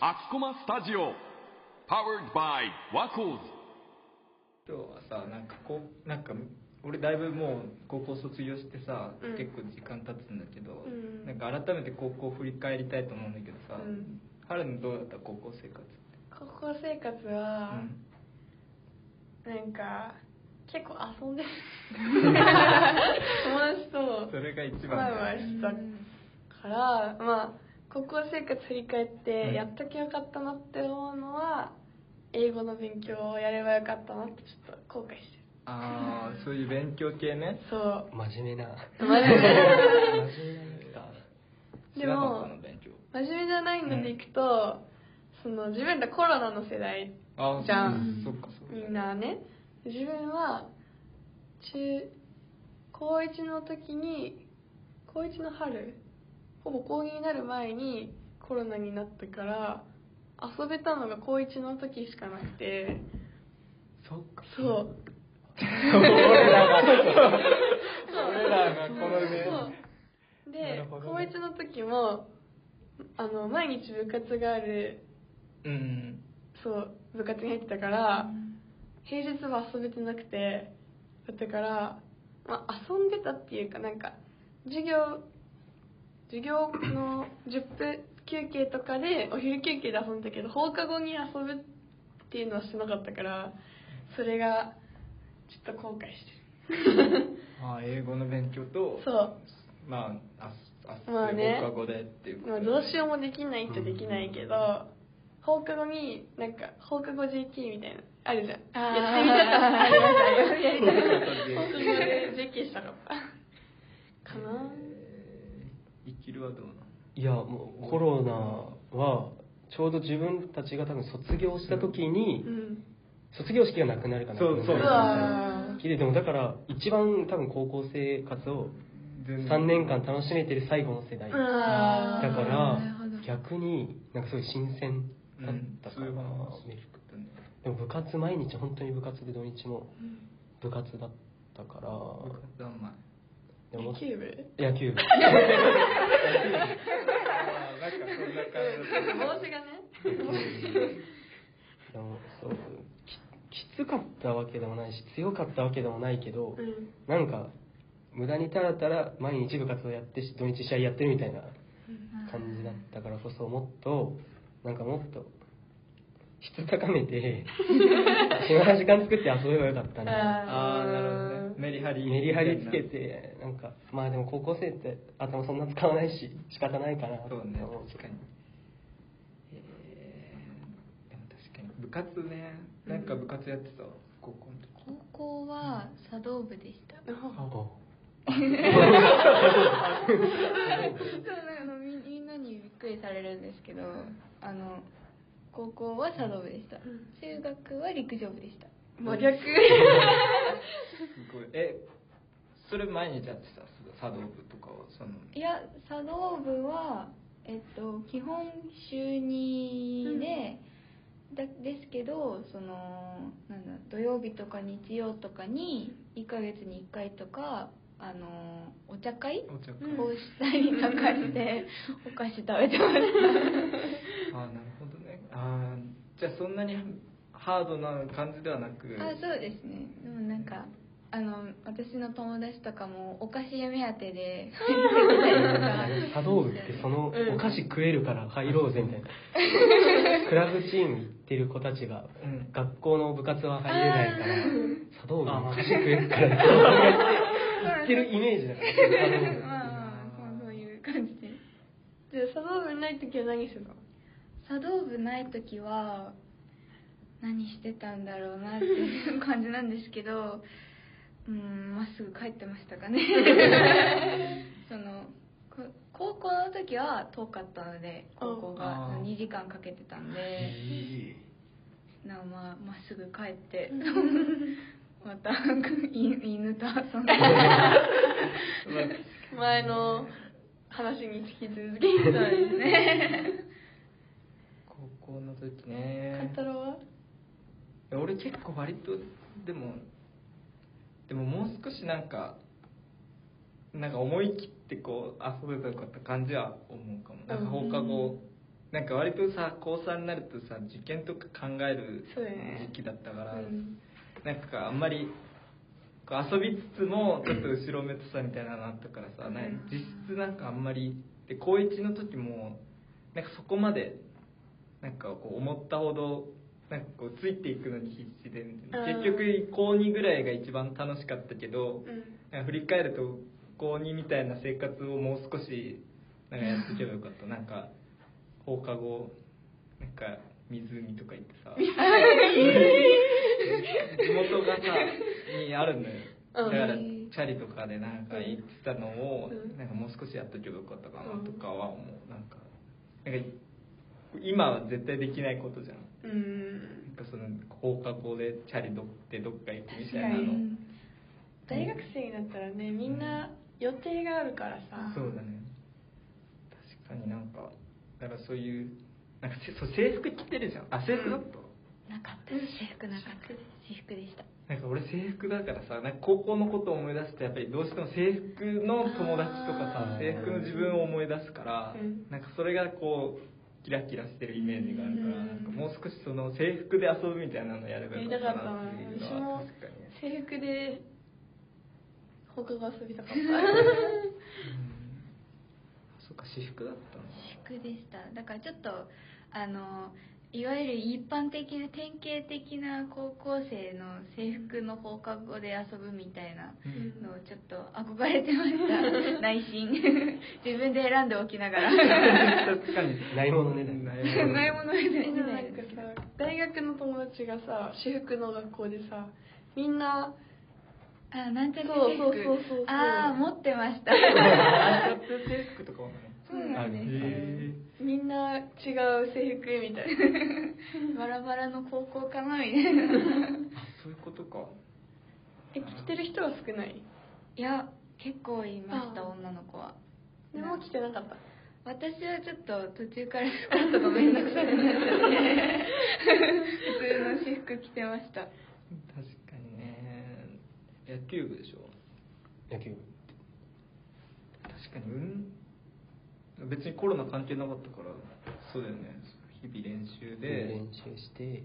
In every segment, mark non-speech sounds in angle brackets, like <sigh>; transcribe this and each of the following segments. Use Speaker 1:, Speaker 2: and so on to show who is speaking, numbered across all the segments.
Speaker 1: アキコマスタジオ Powered by ワコーズ
Speaker 2: 今日はさなんかこうなんか俺だいぶもう高校卒業してさ、
Speaker 3: うん
Speaker 2: 結構時間経つんだけど、
Speaker 3: うん
Speaker 2: なんか改めて高校を振り返りたいと思うんだけどさ、
Speaker 3: うん
Speaker 2: 春のどうだった高校生活って、
Speaker 3: 高校生活
Speaker 2: う
Speaker 3: は、
Speaker 2: ん、
Speaker 3: なんか結構遊
Speaker 2: <laughs>
Speaker 3: んでる友達と
Speaker 2: それが一番だ
Speaker 3: ワイ
Speaker 2: よ
Speaker 3: ワイ
Speaker 2: ね
Speaker 3: したからまあ高校生活振り返っ
Speaker 2: う
Speaker 3: て
Speaker 2: ん
Speaker 3: やっときゃよかったなって思うのは、英語の勉強をやればよかったなってちょっと後悔してる
Speaker 2: ああそういう勉強系
Speaker 3: <laughs>
Speaker 2: ね
Speaker 3: そう
Speaker 4: 真面目な
Speaker 3: 真面
Speaker 4: 真面目なんだ
Speaker 3: 目
Speaker 2: 知
Speaker 3: で
Speaker 2: らなかっ
Speaker 3: も
Speaker 2: たの勉強
Speaker 3: 真面目じゃないのでいくと、その自分らコロナの世代
Speaker 2: あー
Speaker 3: じゃあ
Speaker 2: うんそっかそっか
Speaker 3: みんなね自分は中高1の時に高1の春ほぼ高2になる前にコロナになったから遊べたのが高1の時しかなくて
Speaker 2: そっか
Speaker 3: そう
Speaker 2: 俺らが俺らがこのね
Speaker 3: そう
Speaker 2: な
Speaker 3: で
Speaker 2: る、ほど
Speaker 3: 高
Speaker 2: ね
Speaker 3: 1の時もあの毎日部活がある
Speaker 2: うん
Speaker 3: そう部活に入ってたから、平日は遊べてなくてだから、まあ、遊んでたっていうかなんか授業授業の10分休憩とかでお昼休憩で遊んだけど放課後に遊ぶっていうのはしてなかったからそれがちょっと後悔してる
Speaker 2: あー英語の勉強と
Speaker 3: そう
Speaker 2: まあああ
Speaker 3: まあね
Speaker 2: 放課後でっていうこと
Speaker 3: まあ、
Speaker 2: で
Speaker 3: どうしようもできないっちゃできないけど、放課後になんか放課後 JK みたいなあるじゃん
Speaker 5: あー
Speaker 3: やってみたかったやりた <laughs> かった放課後
Speaker 2: JK
Speaker 3: で JK したかったかな
Speaker 2: 生きるはどうなの
Speaker 4: いやもうコロナはちょうど自分たちが多分卒業した時に
Speaker 3: うん
Speaker 4: 卒業式がなくなるかな
Speaker 2: そうそう
Speaker 3: う
Speaker 4: なくなる
Speaker 3: わ
Speaker 4: みたいなででもだから一番多分高校生活を
Speaker 2: <laughs> 全
Speaker 4: 3年間楽しめてる最後の世代
Speaker 3: ー
Speaker 4: だか
Speaker 3: あー
Speaker 5: だ
Speaker 4: ら
Speaker 5: なるほど
Speaker 4: 逆になんかすごい新鮮だったか
Speaker 2: うんそう
Speaker 4: ら
Speaker 2: いう話
Speaker 4: ミルクでも部活毎日本当に部活で土日も部活だったから
Speaker 2: 部活はうまい
Speaker 4: で
Speaker 3: <laughs>
Speaker 4: も
Speaker 3: 野球部
Speaker 4: 野球部
Speaker 2: なんかそんな
Speaker 3: 帽子がね
Speaker 4: でもそうききつかったわけでもないし強かったわけでもないけど、
Speaker 3: うん
Speaker 4: なんか無駄にたらたら毎日部活をやってし土日試合やってるみたいな感じだったからこそもっとなんかもっと質高め
Speaker 3: <laughs>
Speaker 4: て暇な時間作って遊べばよかったな
Speaker 2: ああなるほどねメリハリ
Speaker 4: メリハリつけてなんかまあでも高校生って頭そんな使わないし仕方ないかなと
Speaker 2: そ
Speaker 4: 思
Speaker 2: う
Speaker 4: う
Speaker 2: ね確かにえーでも確かに部活ねなんか部活やってた高校の時
Speaker 5: 高校は茶道部でした
Speaker 4: お
Speaker 5: あのみみんなにびっくりされるんですけどあの高校は茶道部でした中学は陸上部でした
Speaker 3: 真逆
Speaker 2: すごいえそれ毎日やってた茶道部とかはその
Speaker 5: いや茶道部はえっと基本週2で、だですけどそのなんだ土曜日とか日曜とかに1ヶ月に1回とかあのお茶会
Speaker 2: お茶会
Speaker 5: をしたりとかして、お菓子食べてました
Speaker 2: ああなるほどねああじゃあそんなにハードな感じではなく
Speaker 5: <laughs> あそうですねでもなんかあの私の友達とかもお菓子目当
Speaker 3: <laughs>
Speaker 5: てで行ったりとか
Speaker 4: 茶道部ってそのお
Speaker 3: うん
Speaker 4: 菓子食えるから入ろうぜみ
Speaker 3: <laughs>
Speaker 4: たいな、クラブチーム行ってる子たちが
Speaker 2: うん
Speaker 4: 学校の部活は入れないから茶道部にお菓子食えるから行ってるイメージだから茶道部
Speaker 5: まあまあそういう感じで
Speaker 3: で茶道部いない時は何してたの
Speaker 5: 茶道部ない時は何してたんだろうなっていう感じなんですけ <laughs> どうーんまっすぐ帰ってましたかね <laughs> そのこ高校の時は遠かったので高校が
Speaker 2: あー
Speaker 5: 2時間かけてたんでなまあまっすぐ帰 <laughs> って、また犬犬と遊 <laughs> んで
Speaker 3: 前の話に引き続きみたいね
Speaker 2: 高校の時ね
Speaker 3: 勘太郎は
Speaker 2: 俺結構割とでもでももう少しなんかなんか思い切ってこう遊べばよかった感じは思うかもなんか放課後なんか割とさ高3になるとさ受験とか考える
Speaker 3: そうだよね
Speaker 2: 時期だったから、
Speaker 3: うん
Speaker 2: なんかあんまりこう遊びつつもちょっと後ろめたさみたいなのあったからさ、なんか実質なんかあんまりで高1の時もなんかそこまでなんかこう思ったほどなんかこうついていくのに必死でみたいな
Speaker 3: あー
Speaker 2: 結局高2ぐらいが一番楽しかったけど、
Speaker 3: うん
Speaker 2: なんか振り返ると高2みたいな生活をもう少しなんかやっていけばよかったなんか放課後なんか湖とか行って
Speaker 3: <laughs>
Speaker 2: さ地元がさにあるのよだから
Speaker 3: う
Speaker 2: チ
Speaker 3: ん
Speaker 2: ャリとかでなんか行ってたのを
Speaker 3: うん
Speaker 2: なんかもう少しやっとけばよかったかなとかは思うなんかなんか今は絶対できないことじゃん
Speaker 3: うん
Speaker 2: なんかその放課後でチャリどってどっか行くみた
Speaker 3: 確か
Speaker 2: いな
Speaker 3: に
Speaker 2: の
Speaker 3: 大学生になったらねみんな予定があるからさ
Speaker 2: そうだね確かになんかだからそういうなんかせそう制服着てるじゃんあ制服だった、
Speaker 5: なかった私服なかった私服でした
Speaker 2: なんか俺制服だからさなんか高校のことを思い出すとやっぱりどうしても制服の友達とかさ
Speaker 4: あー
Speaker 2: 制服の自分を思い出すから、
Speaker 3: うん
Speaker 2: なんかそれがこうキラキラしてるイメージがあるから、
Speaker 3: う
Speaker 2: なん
Speaker 3: ん
Speaker 2: かもう少しその制服で遊ぶみたいなのやれば
Speaker 3: や
Speaker 2: よ
Speaker 3: り
Speaker 2: か
Speaker 3: た
Speaker 2: っ
Speaker 3: かったた
Speaker 2: な
Speaker 3: な
Speaker 2: っていう
Speaker 3: 私
Speaker 2: のは
Speaker 3: も
Speaker 2: 確かに
Speaker 3: 制服で放課後遊びたかった
Speaker 5: <laughs>
Speaker 2: そっか私服だったの
Speaker 5: 私服でしただからちょっとあのいわゆる一般的な典型的な高校生の制服の放課後で遊ぶみたいな
Speaker 2: <laughs> うん
Speaker 5: のをちょっと憧れてました
Speaker 3: <laughs>
Speaker 5: 内心 <laughs> 自分で選んでおきながら
Speaker 2: <laughs> 確かに
Speaker 4: <laughs> ないものねだ
Speaker 2: <laughs> ないもの
Speaker 5: ないもの選ん
Speaker 3: え
Speaker 5: で
Speaker 3: でも
Speaker 5: な
Speaker 3: なん
Speaker 5: い
Speaker 3: かさ大学の友達がさ私服の学校でさみんな
Speaker 5: あなんちゃ
Speaker 3: そう
Speaker 5: ら
Speaker 3: そう
Speaker 5: 制
Speaker 3: そう
Speaker 5: 服
Speaker 3: そうそう
Speaker 5: ああ持って
Speaker 3: <laughs>
Speaker 5: ました
Speaker 2: あちょっと制服とかもね
Speaker 5: そうなんです
Speaker 2: へ
Speaker 3: みんな違う制服みたい <laughs>
Speaker 5: <laughs> バラバラの高校かなみたい
Speaker 3: <laughs>
Speaker 5: な
Speaker 2: えそういうことか
Speaker 3: なえ着てる人は少ない
Speaker 5: いや結構いました
Speaker 3: あー
Speaker 5: 女の子は
Speaker 3: でも着てなかった
Speaker 5: 私はちょっと途中からスカートがめんどくさくなっちゃって普通の私服着てました
Speaker 2: 確かにね野球部でしょ
Speaker 4: 野球部
Speaker 2: 確かにうん別にコロナ関係なかったからそうだよね日々練習で
Speaker 4: 練習して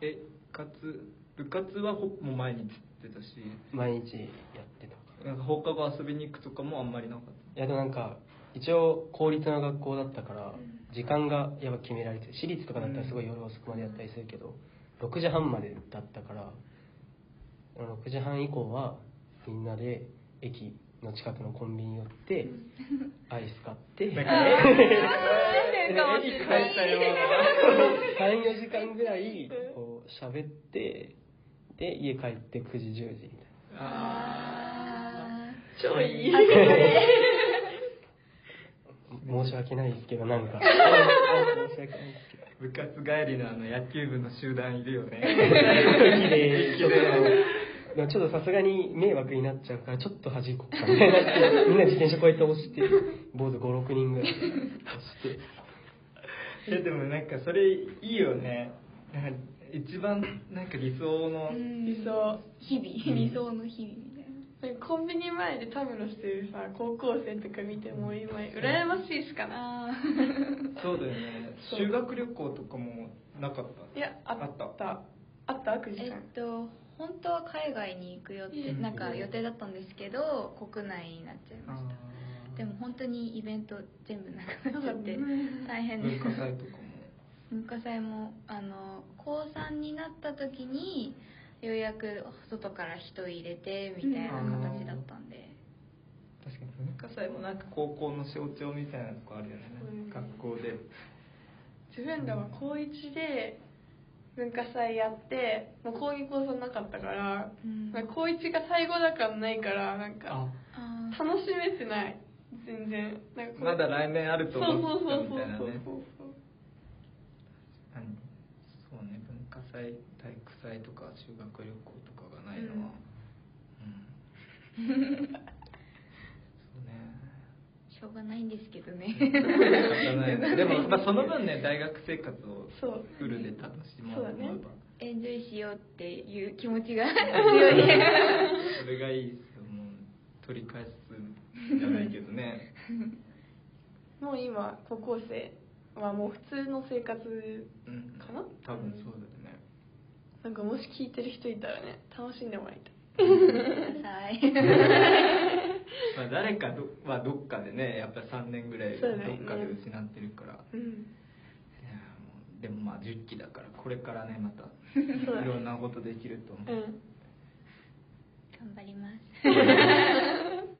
Speaker 2: え部活部活はほもう毎日ってたし
Speaker 4: 毎日やってた
Speaker 2: なんか放課後遊びに行くとかもあんまりなかった
Speaker 4: いやでもなんか一応公立の学校だったから時間がやっぱ決められて私立とかだったらすごい夜遅くまでやったりするけど6時半までだったからあの6時半以降はみんなで駅の近くのコンビニ寄ってアイス
Speaker 2: <laughs>
Speaker 4: 買って
Speaker 2: な
Speaker 4: <laughs>
Speaker 2: ん
Speaker 4: 34
Speaker 2: か
Speaker 5: えかもしれない
Speaker 2: 絵に描いたよ
Speaker 4: 時間ぐらいこう喋ってで家帰って9時10時みたい
Speaker 2: うな
Speaker 4: な
Speaker 2: あ
Speaker 5: あ
Speaker 2: 超いい
Speaker 4: 申し訳ないですけどなんか申し
Speaker 2: <laughs>
Speaker 4: 訳ないですけど
Speaker 2: 部活帰りのあの野球部の集団いるよ <laughs> ね
Speaker 4: 駅でちょっとでもちょっとさすがに迷惑になっちゃうからちょっと端っこからみたいなみんな自転車こうやって押して坊主56人ぐらい押して
Speaker 2: いやでもなんかそれいいよねなんか一番なんか理想の、
Speaker 5: うん
Speaker 3: 理想
Speaker 5: 日々理想の日々みたいな
Speaker 3: コンビニ前でたむろしてるさ高校生とか見てもう今羨ましいしかな
Speaker 5: あ
Speaker 2: そうだよね
Speaker 3: そう
Speaker 2: 修学旅行とかもなかった
Speaker 3: いやあっ
Speaker 2: あった
Speaker 3: たあった悪
Speaker 5: ー
Speaker 3: 事ち
Speaker 5: え
Speaker 3: ゃん
Speaker 5: っと本当は海外に行く予定なんか予定だったんですけど国内になっちゃいまし
Speaker 2: あー
Speaker 5: たでも本当にイベント全部なくなっちゃって
Speaker 3: うん
Speaker 5: 大変
Speaker 2: 文
Speaker 5: です
Speaker 2: 化祭とかも
Speaker 5: 文化祭もあの高3になった時にようやく外から人入れてみたいな形だったんで、
Speaker 2: 確かに文化祭もなんか高校の象徴みたいなとこあるよね
Speaker 3: うん
Speaker 2: 学校で
Speaker 3: 自分らは高1で文化祭やってもう高2高3なかったから、
Speaker 5: うん
Speaker 3: まあ高1が最後だからないからなんか
Speaker 2: あ
Speaker 5: あー
Speaker 3: 楽しめてない全然なんかこう
Speaker 2: まだ来年あると
Speaker 3: そうそう
Speaker 2: 思って
Speaker 3: そ
Speaker 2: たみ
Speaker 3: うそう
Speaker 2: たいなね
Speaker 3: そう
Speaker 2: あのそ
Speaker 3: そう
Speaker 2: うね文化祭体育祭とか修学旅行とかがないのはうん、
Speaker 3: <laughs>
Speaker 2: そうね
Speaker 5: しょうがないんですけどね
Speaker 2: 仕方ない
Speaker 3: <laughs>
Speaker 2: ねでも、まあ、その分ね大学生活を
Speaker 3: そう
Speaker 2: フルで楽しもうと思えば
Speaker 5: エンジョイしようっていう気持ちが強い
Speaker 2: それがいいですよもう取り返すじゃないけど
Speaker 3: <laughs>
Speaker 2: ね
Speaker 3: もう今高校生はもう普通の生活
Speaker 2: うん
Speaker 3: かな
Speaker 2: 多分そうだよね
Speaker 3: なんかもし聞いてる人いたらね楽しんでもらいたい
Speaker 5: ください。
Speaker 2: まあ誰かどはどっかでねやっぱ3年ぐらい
Speaker 3: そ
Speaker 2: ど
Speaker 3: うだよね
Speaker 2: っかで失ってるから、
Speaker 3: うん
Speaker 2: いやもうでもまあ10期だからこれからねまた
Speaker 3: <laughs> そうだね
Speaker 2: いろんなことできると思う
Speaker 3: うん
Speaker 5: 頑張ります。